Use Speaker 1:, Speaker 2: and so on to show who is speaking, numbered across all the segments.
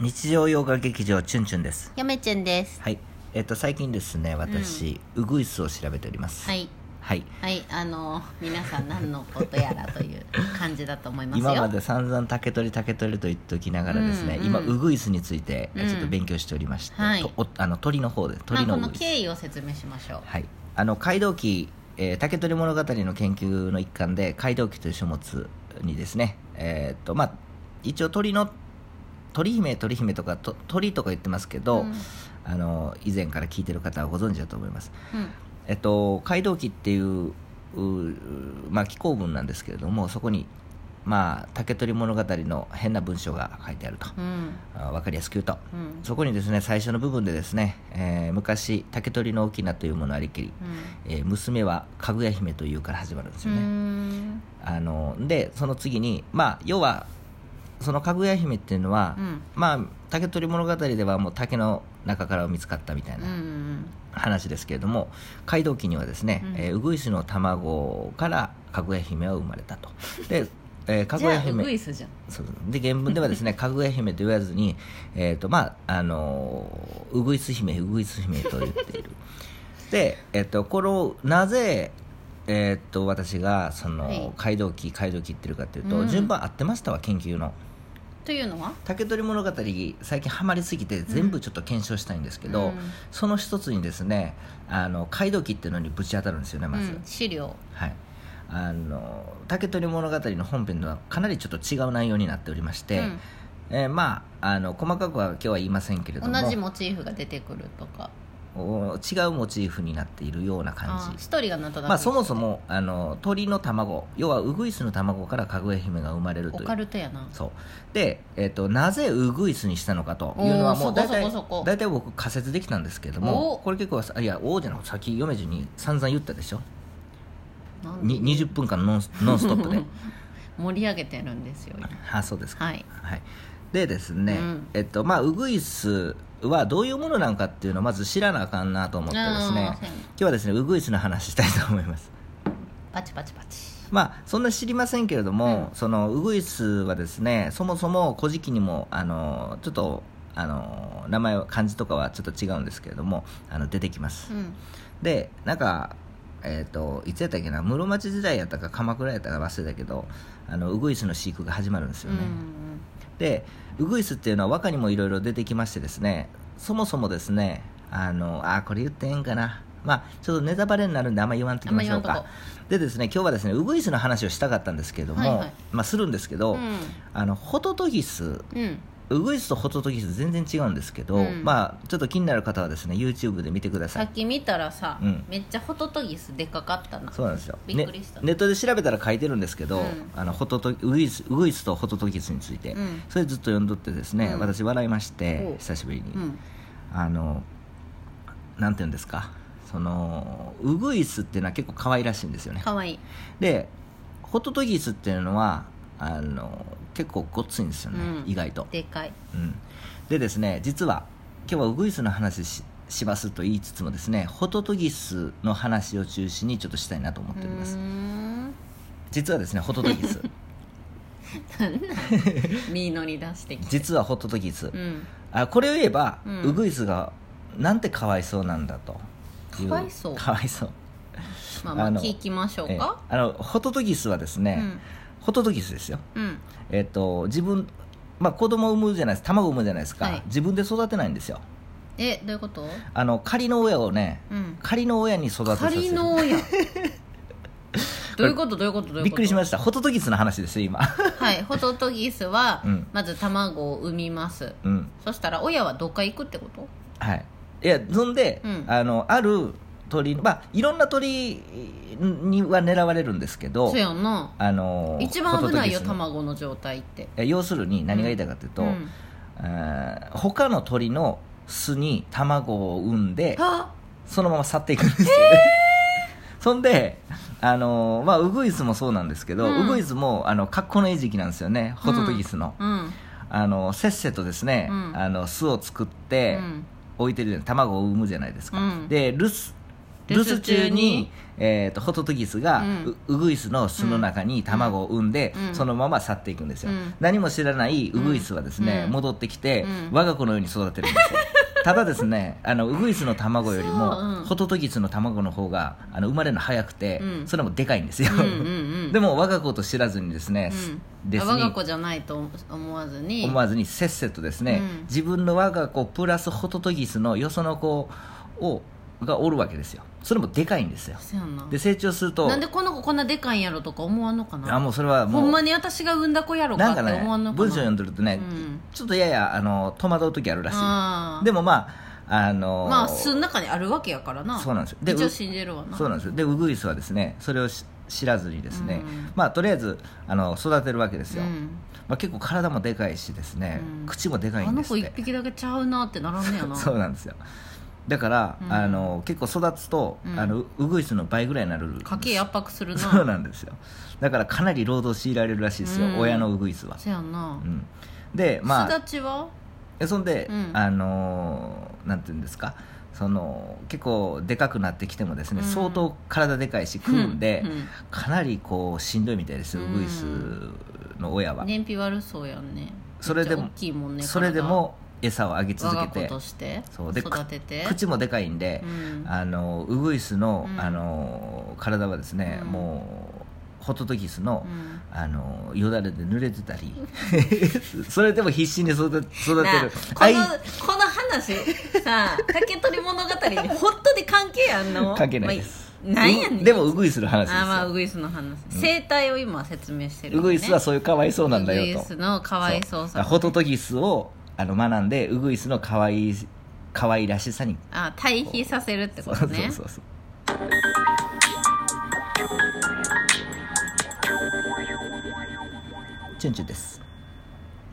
Speaker 1: 日常洋画劇場チュンチュンです
Speaker 2: やめちゅんです
Speaker 1: はいえっと最近ですね私、ウグイスを調べております
Speaker 2: はい
Speaker 1: はい
Speaker 2: はいあの皆さん何のことやらという感じだと思いますよ
Speaker 1: 今まで散々竹取竹取と言っておきながらですね、
Speaker 2: うんうん
Speaker 1: 今ウグイスについてち
Speaker 2: うん
Speaker 1: ょっと勉強しておりまして、
Speaker 2: はい
Speaker 1: とおあの鳥の方で
Speaker 2: まあ
Speaker 1: 鳥の
Speaker 2: こ
Speaker 1: ウグ
Speaker 2: の
Speaker 1: イス
Speaker 2: 経緯を説明しましょう
Speaker 1: はいあの街道記、えー竹取物語の研究の一環で街道記という書物にですねえーっとまあ一応鳥の鳥姫鳥姫とかと鳥とか言ってますけど、
Speaker 2: うん
Speaker 1: あの以前から聞いてる方はご存知だと思います
Speaker 2: うん
Speaker 1: えっと、街道記っていううーまあ、紀行文なんですけれどもそこに、まあ、竹取物語の変な文章が書いてあると、
Speaker 2: うん
Speaker 1: あ分かりやすく言うと
Speaker 2: うん
Speaker 1: そこにですね最初の部分でですね、えー昔竹取の翁というものありきり、えー娘はかぐや姫というから始まるんです
Speaker 2: う
Speaker 1: よね、
Speaker 2: ん
Speaker 1: あのでその次にまあ要はそのかぐや姫っていうのは、
Speaker 2: うん
Speaker 1: まあ竹取物語ではもう竹の中から見つかったみたいな、
Speaker 2: うん
Speaker 1: 話ですけれども街道記にはですね、
Speaker 2: うん
Speaker 1: えーウグイスの卵からかぐや姫は生まれたと で、えーかぐ
Speaker 2: じゃ
Speaker 1: や
Speaker 2: あウグイ
Speaker 1: 姫
Speaker 2: スじゃん
Speaker 1: そうで原文ではです ねかぐや姫と言わずにえっ、とまああのーウグイス姫ウグイス姫と言って いるでえっ、とこのなぜえっと私がそ
Speaker 2: はい
Speaker 1: の街道記街道記言ってるかというと、
Speaker 2: うん
Speaker 1: 順番合ってましたわ研究の
Speaker 2: というのは
Speaker 1: 竹取物語最近ハマりすぎて全部ちょっと検証したいんですけど、
Speaker 2: うん
Speaker 1: その一つにですねあの街道記っていうのにぶち当たるんですよねまず、
Speaker 2: うん資料
Speaker 1: はいあの竹取物語の本編とはかなりちょっと違う内容になっておりまして、
Speaker 2: うん
Speaker 1: えーまああの細かくは今日は言いませんけれども
Speaker 2: 同じモチーフが出てくるとか
Speaker 1: お違うモチーフになっているような
Speaker 2: あ
Speaker 1: 感
Speaker 2: ー
Speaker 1: じ
Speaker 2: ストーリーがなんとなく
Speaker 1: まあそもそもあの鳥の卵要はウグイスの卵からかぐや姫が生まれる
Speaker 2: オ
Speaker 1: とい
Speaker 2: カ
Speaker 1: う
Speaker 2: ルトやな
Speaker 1: そうで、えっとなぜウグイスにしたのかというのはも
Speaker 2: お
Speaker 1: う
Speaker 2: ー
Speaker 1: 大体
Speaker 2: そこそこそこ
Speaker 1: 大体僕仮説できたんですけれども
Speaker 2: お
Speaker 1: これ結構あいや王者の先嫁順に散々言ったでしょ
Speaker 2: なん
Speaker 1: に20分間ノン スノンストップで
Speaker 2: 盛り上げてるんですよ今
Speaker 1: あそうですか
Speaker 2: はい
Speaker 1: はいでですね、
Speaker 2: うん
Speaker 1: えっとまあウグイスはどういうものなんかっていうのをまず知らなあかんなと思ってですね
Speaker 2: あーそうやね
Speaker 1: 今日はですねウグイスの話したいと思います
Speaker 2: パチパチパチ
Speaker 1: まあ、そんな知りませんけれども、そのウグイスはですねそもそも「古事記」にもあのちょっとあの名前は漢字とかはちょっと違うんですけれどもあの出てきます、
Speaker 2: うん
Speaker 1: でなんかえっ、といつやったっけな室町時代やったか鎌倉やったか忘れたけどあのウグイスの飼育が始まるんですよね、
Speaker 2: うん
Speaker 1: でウグイスっていうのは和歌にもいろいろ出てきましてですねそもそもですねあのあーこれ言ってええんかなまあちょっとネタバレになるんであんま言わんときましょう
Speaker 2: あんま
Speaker 1: か
Speaker 2: 言わんと
Speaker 1: でですね今日はですねウグイスの話をしたかったんですけれども、
Speaker 2: はいはい
Speaker 1: まあするんですけど、
Speaker 2: うん
Speaker 1: あのホトトギス
Speaker 2: うん
Speaker 1: ウグイスとホトトギス全然違うんですけど、
Speaker 2: うん
Speaker 1: まあちょっと気になる方はですね YouTube で見てくだ
Speaker 2: さ
Speaker 1: さい
Speaker 2: っき見たらさ、
Speaker 1: うん
Speaker 2: めっちゃホトトギスでかかったな
Speaker 1: そうなんですよ
Speaker 2: びっくりした
Speaker 1: ねネットで調べたら書いてるんですけど、
Speaker 2: うん
Speaker 1: あのホトトウグイスウグイスとホトトギスについて、
Speaker 2: うん
Speaker 1: それずっと読んどってですね、
Speaker 2: うん
Speaker 1: 私笑いまして、
Speaker 2: おう
Speaker 1: 久しぶりに、
Speaker 2: うん
Speaker 1: あのなんていうんですかそのウグイスっていうのは結構可愛らしいんですよね
Speaker 2: かわいい、
Speaker 1: でホトトギスっていうのはあの結構ごっついんですよね、
Speaker 2: うん
Speaker 1: 意外と、
Speaker 2: でかい
Speaker 1: うん、でですね実は今日はウグイスの話ししますと言いつつもですねホトトギスの話を中心にちょっとしたいなと思っ
Speaker 2: う
Speaker 1: ておりま
Speaker 2: ー
Speaker 1: す
Speaker 2: ん
Speaker 1: 実はですねホトトギス
Speaker 2: 身乗り出してきて
Speaker 1: 実はホトトギス、
Speaker 2: うん
Speaker 1: あこれを言えば、
Speaker 2: うん
Speaker 1: ウグイスがなんてかわいそうなんだとい
Speaker 2: かわいそう
Speaker 1: かわいそう
Speaker 2: まあまあ
Speaker 1: あの
Speaker 2: 聞きましょう
Speaker 1: ええ
Speaker 2: か、
Speaker 1: あのホトトギスはですね、ホトトギスですよ、
Speaker 2: うんうん
Speaker 1: えっと自分、まあ、子供を産むじゃないです卵を産むじゃないですか、
Speaker 2: はい
Speaker 1: 自分で育てないんですよ
Speaker 2: えどういうこと
Speaker 1: あの仮の親をね
Speaker 2: うん
Speaker 1: 仮の親に育てさせる
Speaker 2: 仮 の親どういうことどういうことどういうこと
Speaker 1: びっくりしましたホトトギスの話ですよ 今
Speaker 2: はいホトトギスは、
Speaker 1: うん
Speaker 2: まず卵を産みます
Speaker 1: うん
Speaker 2: そしたら親はどっか行くってこと
Speaker 1: はいいやそんで、
Speaker 2: うん
Speaker 1: あのある鳥まあいろんな鳥には狙われるんですけど
Speaker 2: そうやんな
Speaker 1: あの
Speaker 2: 一番危
Speaker 1: ホト
Speaker 2: ないよ
Speaker 1: トギスの
Speaker 2: 卵の状態って
Speaker 1: いや要するに何が言いたいかというと、
Speaker 2: うん
Speaker 1: えー他の鳥の巣に卵を産んで
Speaker 2: あ
Speaker 1: そのまま去っていくんですよね、そんであのーまあ、ウグイスもそうなんですけど、
Speaker 2: うん
Speaker 1: ウグイスもあの格好の餌食なんですよねホトトギスの,、
Speaker 2: うん
Speaker 1: あのせっせとですね、
Speaker 2: うん
Speaker 1: あの巣を作っ
Speaker 2: う
Speaker 1: て
Speaker 2: ん
Speaker 1: 置いてるじゃない卵を産むじゃないですか、
Speaker 2: うん
Speaker 1: で留守留守中に、えー、とホトトギスが
Speaker 2: うん
Speaker 1: ウウグイスの巣の中に卵を産んで、
Speaker 2: うん
Speaker 1: そのまま去っていくんですよ、
Speaker 2: うん
Speaker 1: 何も知らないウグイスはですね、
Speaker 2: うん
Speaker 1: 戻ってきて、
Speaker 2: うん
Speaker 1: 我が子のように育てるんですよ ただですねあのウグイスの卵よりも、
Speaker 2: そううん
Speaker 1: ホトトギスの卵の方があの生まれるの早くて、
Speaker 2: うん
Speaker 1: それもでかいんですよ、
Speaker 2: うんうんうん
Speaker 1: でも我が子と知らずにですね、
Speaker 2: うん、
Speaker 1: です
Speaker 2: 我が
Speaker 1: に
Speaker 2: 子じゃないと思わずに
Speaker 1: 思わずにせっせとですね、
Speaker 2: うん
Speaker 1: 自分の我が子プラスホトトギスのよその子をがおるわけですよそれもでかいんですよ
Speaker 2: そうやな
Speaker 1: で成長すると
Speaker 2: なんでこの子こんなでかいんやろとか思わんのかな
Speaker 1: あもうそれはもう
Speaker 2: ほんまに私が産んだ子やろか
Speaker 1: な
Speaker 2: っ
Speaker 1: ん
Speaker 2: て
Speaker 1: かね
Speaker 2: 思わんのかな
Speaker 1: 文章読んでるとね、
Speaker 2: うん
Speaker 1: ちょっとややあの戸惑う時あるらし
Speaker 2: あ
Speaker 1: い
Speaker 2: ー
Speaker 1: でもまああの
Speaker 2: まあ巣の中にあるわけやからな
Speaker 1: そうなんですよで
Speaker 2: 一応
Speaker 1: う
Speaker 2: 信じるわな
Speaker 1: そうなんですよでウグイスはですねそれをし知らずにですね、
Speaker 2: うん
Speaker 1: まあとりあえずあの育てるわけですよ、
Speaker 2: うん
Speaker 1: まあ、結構体もでかいしですね、
Speaker 2: うん
Speaker 1: 口もでかい
Speaker 2: あ
Speaker 1: ん
Speaker 2: の
Speaker 1: です
Speaker 2: 子
Speaker 1: って
Speaker 2: 一匹だけちゃうなってならんねやな
Speaker 1: そうなんですよだから、
Speaker 2: うん
Speaker 1: あの結構育つと、
Speaker 2: うん
Speaker 1: あのウグイスの倍ぐらいになるんです
Speaker 2: 家計圧迫するな
Speaker 1: そうなんですよだからかなり労働強いられるらしいですよ、
Speaker 2: うん
Speaker 1: 親のウグイスは、
Speaker 2: そうやな
Speaker 1: うん、でまあ
Speaker 2: 巣立ちは
Speaker 1: えそんで、
Speaker 2: うん
Speaker 1: あのーなんていうんですかその結構でかくなってきてもですね、
Speaker 2: うん
Speaker 1: 相当体でかいし食うんで、
Speaker 2: うん
Speaker 1: かなりこうしんどいみたいですよ、
Speaker 2: う
Speaker 1: ウ
Speaker 2: ん
Speaker 1: グイスの親は、
Speaker 2: 燃費悪そうやんね
Speaker 1: それでも
Speaker 2: めっちゃ大きいもんね
Speaker 1: それで
Speaker 2: 体
Speaker 1: も餌をあげ続
Speaker 2: 我が
Speaker 1: け
Speaker 2: 子
Speaker 1: て
Speaker 2: として
Speaker 1: そうで
Speaker 2: 育てて
Speaker 1: 口もでかいんで
Speaker 2: う、ん
Speaker 1: あのウグイスの,、
Speaker 2: うん
Speaker 1: あの体はですね、
Speaker 2: うん
Speaker 1: もうホトトギスの
Speaker 2: う,、ん
Speaker 1: あのよだれで濡れてたり それでも必死に育て育て
Speaker 2: なあ
Speaker 1: る
Speaker 2: こ
Speaker 1: 愛
Speaker 2: のこの話 さあ竹取物語に本当に関係あんの
Speaker 1: 関係ないです、
Speaker 2: まあなんやね
Speaker 1: うんでもウグイスの話ですよ
Speaker 2: あーまあウグイスの話、生態を今説明してる、ね、
Speaker 1: ウグイスはそういうかわいそうなんだよ
Speaker 2: ウグ
Speaker 1: と
Speaker 2: イスのかわいそう
Speaker 1: そう
Speaker 2: さ
Speaker 1: ホトトギスをあの学んでウグイスのかわいかわいらしさに
Speaker 2: あ対比させるってことね
Speaker 1: そうそうそうチュンチュンです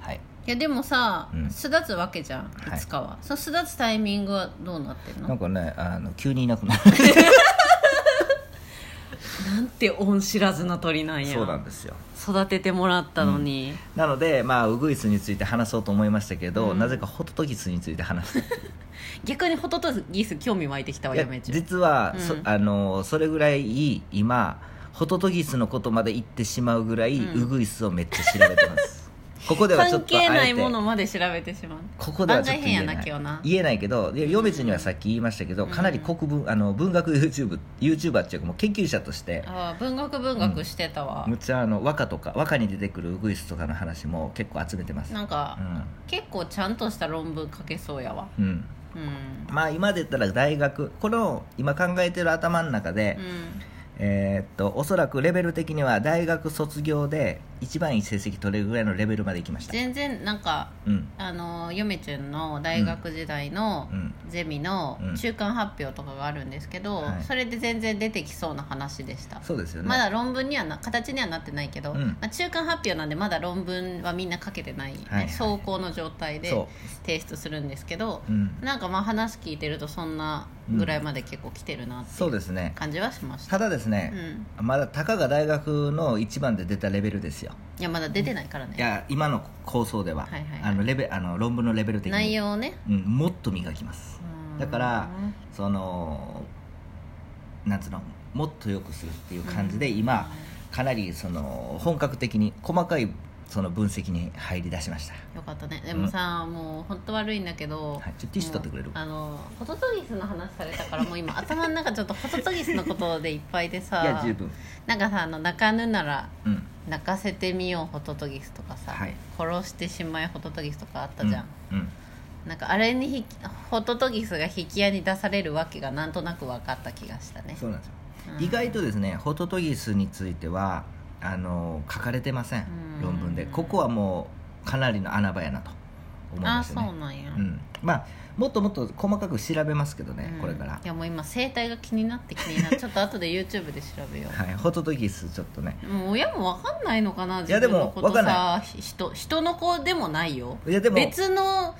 Speaker 1: はい
Speaker 2: いやでもさ、
Speaker 1: うん
Speaker 2: 巣立つわけじゃん
Speaker 1: はい
Speaker 2: いつかは、その巣立つタイミングはどうなってんの
Speaker 1: な
Speaker 2: なん
Speaker 1: かねあの急にいなくなる
Speaker 2: んて恩知らずな鳥なんや
Speaker 1: そうなんですよ
Speaker 2: 育ててもらったのに、
Speaker 1: なので、まあ、ウグイスについて話そうと思いましたけど、
Speaker 2: うん
Speaker 1: なぜかホトトギスについて話して
Speaker 2: 逆にホトトギス興味湧いてきたわ
Speaker 1: いや
Speaker 2: やめちゃ
Speaker 1: 実は、そ
Speaker 2: うん
Speaker 1: あのそれぐらい今ホトトギスのことまで言ってしまうぐらい、
Speaker 2: うん
Speaker 1: ウグイスをめっちゃ調べてますここではちょっ
Speaker 2: 関
Speaker 1: とあえ
Speaker 2: 係
Speaker 1: て
Speaker 2: ないものまで調べてしまう
Speaker 1: ここではちょっと言え
Speaker 2: 番外編やな
Speaker 1: ない
Speaker 2: 今日な
Speaker 1: 言えないけどでヨベチにはさっき言いましたけど、
Speaker 2: うん
Speaker 1: かなり国文あの文学 YouTube YouTuber っていうかもう研究者として
Speaker 2: あー文学文学してたわ、
Speaker 1: むっちゃあの和歌とか和歌に出てくるウグイスとかの話も結構集めてます
Speaker 2: なんか、
Speaker 1: う
Speaker 2: 結構ちゃんとした論文書けそうやわ
Speaker 1: ん、うん、
Speaker 2: うん
Speaker 1: まあ今で言ったら大学この今考えてる頭の中で、
Speaker 2: うん
Speaker 1: えーっとおそらくレベル的には大学卒業で一番いい成績取れるぐらいのレベルまで行きました
Speaker 2: 全然なんか
Speaker 1: うん
Speaker 2: あのゆめちゃんの大学時代の
Speaker 1: うん
Speaker 2: ゼミの
Speaker 1: うん
Speaker 2: 中間発表とかがあるんですけど、
Speaker 1: はい
Speaker 2: それで全然出てきそうな話でした、
Speaker 1: そうですよね
Speaker 2: まだ論文にはな形にはなってないけど、
Speaker 1: うん
Speaker 2: まあ、中間発表なんでまだ論文はみんな書けてない、ね
Speaker 1: はいはい
Speaker 2: 走行の状態で
Speaker 1: そ
Speaker 2: 提出するんですけど、
Speaker 1: うん
Speaker 2: なんかまあ話聞いてるとそんなぐらいまで結構来てるなって
Speaker 1: そ
Speaker 2: いうう
Speaker 1: ですね
Speaker 2: 感じはしました、
Speaker 1: ただですね、
Speaker 2: うん
Speaker 1: まだたかが大学の一番で出たレベルですよ
Speaker 2: いやまだ出てないから
Speaker 1: い
Speaker 2: ね
Speaker 1: や今の構想では、
Speaker 2: はいはいはい
Speaker 1: あのレベあの論文のレベル的に
Speaker 2: 内容をね
Speaker 1: うん、もっと磨きますだからそのなんつうのもっと良くするっていう感じで、今かなりその本格的に細かいその分析に入り出しました
Speaker 2: よかったねでもさ、もう本当悪いんだけど、
Speaker 1: はいちょっとティッシュ取ってくれる
Speaker 2: もうあのホトトギスの話されたからもう今頭の中ちょっとホトトギスのことでいっぱいでさ
Speaker 1: いや十分
Speaker 2: なんかさあの泣かぬなら
Speaker 1: うん
Speaker 2: 泣かせてみようホトトギスとかさ、
Speaker 1: はい
Speaker 2: 殺してしまいホトトギスとかあったじゃん、
Speaker 1: うん、うん
Speaker 2: なんかあれにひきホトトギスが引き合いに出されるわけがなんとなく分かった気がしたね
Speaker 1: そうなんですよ、
Speaker 2: うん
Speaker 1: 意外とですねホトトギスについてはあの書かれてません、
Speaker 2: うん
Speaker 1: 論文でここはもうかなりの穴場やなと思い
Speaker 2: あ
Speaker 1: ま
Speaker 2: あ
Speaker 1: す
Speaker 2: そ
Speaker 1: ね
Speaker 2: うなんや、
Speaker 1: うん、まあもっともっと細かく調べますけどね、
Speaker 2: うん
Speaker 1: これから
Speaker 2: い、やもう今生態が気になって気 になってちょっと後で YouTube で調べよう
Speaker 1: はい、ホトトギスちょっとね
Speaker 2: もう親も分かんないのかない
Speaker 1: や
Speaker 2: 自
Speaker 1: で
Speaker 2: 分
Speaker 1: も
Speaker 2: のこと
Speaker 1: 分かんな
Speaker 2: さひ人人の子でもないよ
Speaker 1: いやでも
Speaker 2: 別の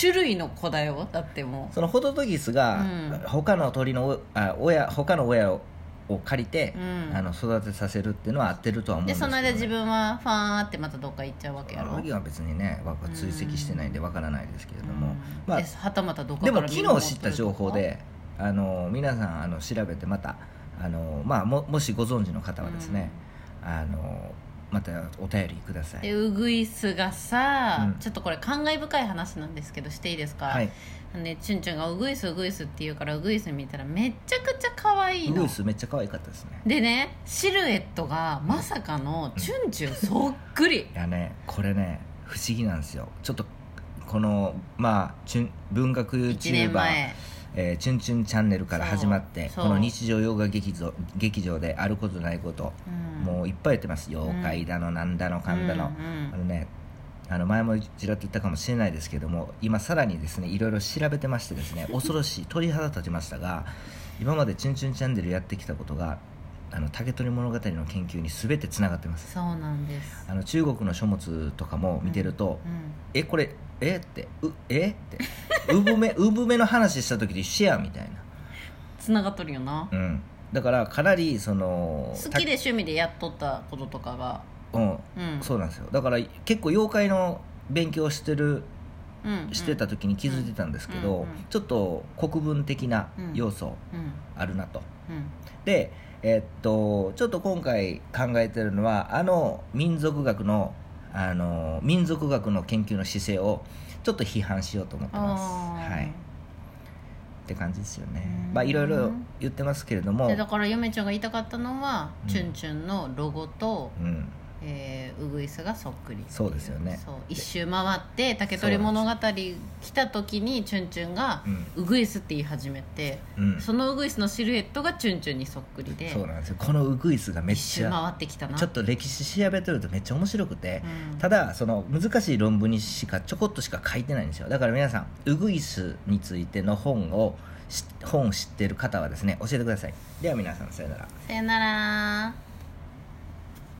Speaker 2: 種類の子だよだっても
Speaker 1: そのホトトギスが
Speaker 2: うん
Speaker 1: 他の鳥のおあ親他の親をを借りて、
Speaker 2: うん
Speaker 1: あの育てさせるっていうのは合ってるとは
Speaker 2: う
Speaker 1: 思うん
Speaker 2: で
Speaker 1: ですけ
Speaker 2: そ
Speaker 1: ど、
Speaker 2: の
Speaker 1: ね、
Speaker 2: 間自分はファーってまたどっか行っちゃうわけや
Speaker 1: あ
Speaker 2: ろ
Speaker 1: の時は別にねわ追跡してないんでわからないですけれども、
Speaker 2: うん
Speaker 1: まあ
Speaker 2: ではたまたどっか
Speaker 1: で
Speaker 2: から
Speaker 1: も昨日知った情報であの皆さんあの調べてまたあの、まあ、ももしご存知の方はですね、あのまたお便りくださ
Speaker 2: で
Speaker 1: い。
Speaker 2: ウグイスがさ、
Speaker 1: うん
Speaker 2: ちょっとこれ感慨深い話なんですけどしていいですか、
Speaker 1: はい、
Speaker 2: あのね、チュンチュンがウグイスウグイスって言うからウグイス見たらめちゃくちゃ可愛い
Speaker 1: ウグ
Speaker 2: の
Speaker 1: イスめっちゃ可愛かったですね。
Speaker 2: でねシルエットがまさかのチュンチュンそっくり
Speaker 1: いやねこれね不思議なんですよちょっとこのまあチュン文学
Speaker 2: 1年
Speaker 1: YouTuber
Speaker 2: 前
Speaker 1: えーチュンチュンチャンネルから始まって
Speaker 2: そう
Speaker 1: この日常洋画劇場劇場であることないこと、
Speaker 2: うん
Speaker 1: もういっぱいやってます妖怪だのなんだのかんだの、
Speaker 2: うん
Speaker 1: あのねあの前もちらっと言ったかもしれないですけども今さらにですねいろいろ調べてまして ですね恐ろしい鳥肌立ちましたが今まで「チュンチュンチャンネル」やってきたことがあの竹取物語の研究に全てつながってます
Speaker 2: そうなんです、
Speaker 1: あの中国の書物とかも見てると「
Speaker 2: うん、
Speaker 1: えこれえっ?」て「うえっ?」て「産め 産めの話した時で一緒や」みたい
Speaker 2: つながっとるよな、
Speaker 1: な、うん、だからかなりその
Speaker 2: 好きで趣味でやっとったこととかが
Speaker 1: たうん、
Speaker 2: うん
Speaker 1: そうなんですよだから結構妖怪の勉強してる
Speaker 2: うんうん
Speaker 1: してた時に気づいてたんですけど、
Speaker 2: うんうん
Speaker 1: ちょっと国文的な要素
Speaker 2: うん
Speaker 1: あるなと、
Speaker 2: うん
Speaker 1: でえっとちょっと今回考えてるのはあの民族学のあの民族学の研究の姿勢をちょっと批判しようと思ってます
Speaker 2: あー
Speaker 1: はいって感じですよね
Speaker 2: うん
Speaker 1: まあいろいろ言ってますけれども
Speaker 2: でだから嫁ちゃんが言いたかったのは、
Speaker 1: うん
Speaker 2: チュンチュンのロゴと、
Speaker 1: うん
Speaker 2: えーウグイスがそっくりってい
Speaker 1: そうですよね
Speaker 2: そう一周回って「竹取物語」来た時にチュンチュンが
Speaker 1: うん
Speaker 2: ウグイスって言い始めて、
Speaker 1: うん
Speaker 2: そのウグイスのシルエットがチュンチュンにそっくりで
Speaker 1: そうなんですよこのウグイスがめっ
Speaker 2: 一
Speaker 1: ち
Speaker 2: 周
Speaker 1: ゃ
Speaker 2: 回ってきたな
Speaker 1: ちょっと歴史調べてるとめっちゃ面白くて、
Speaker 2: うん
Speaker 1: ただその難しい論文にしかちょこっとしか書いてないんですよだから皆さんウグイスについての本をし本を知っている方はですね教えてくださいでは皆さんさよなら
Speaker 2: さよなら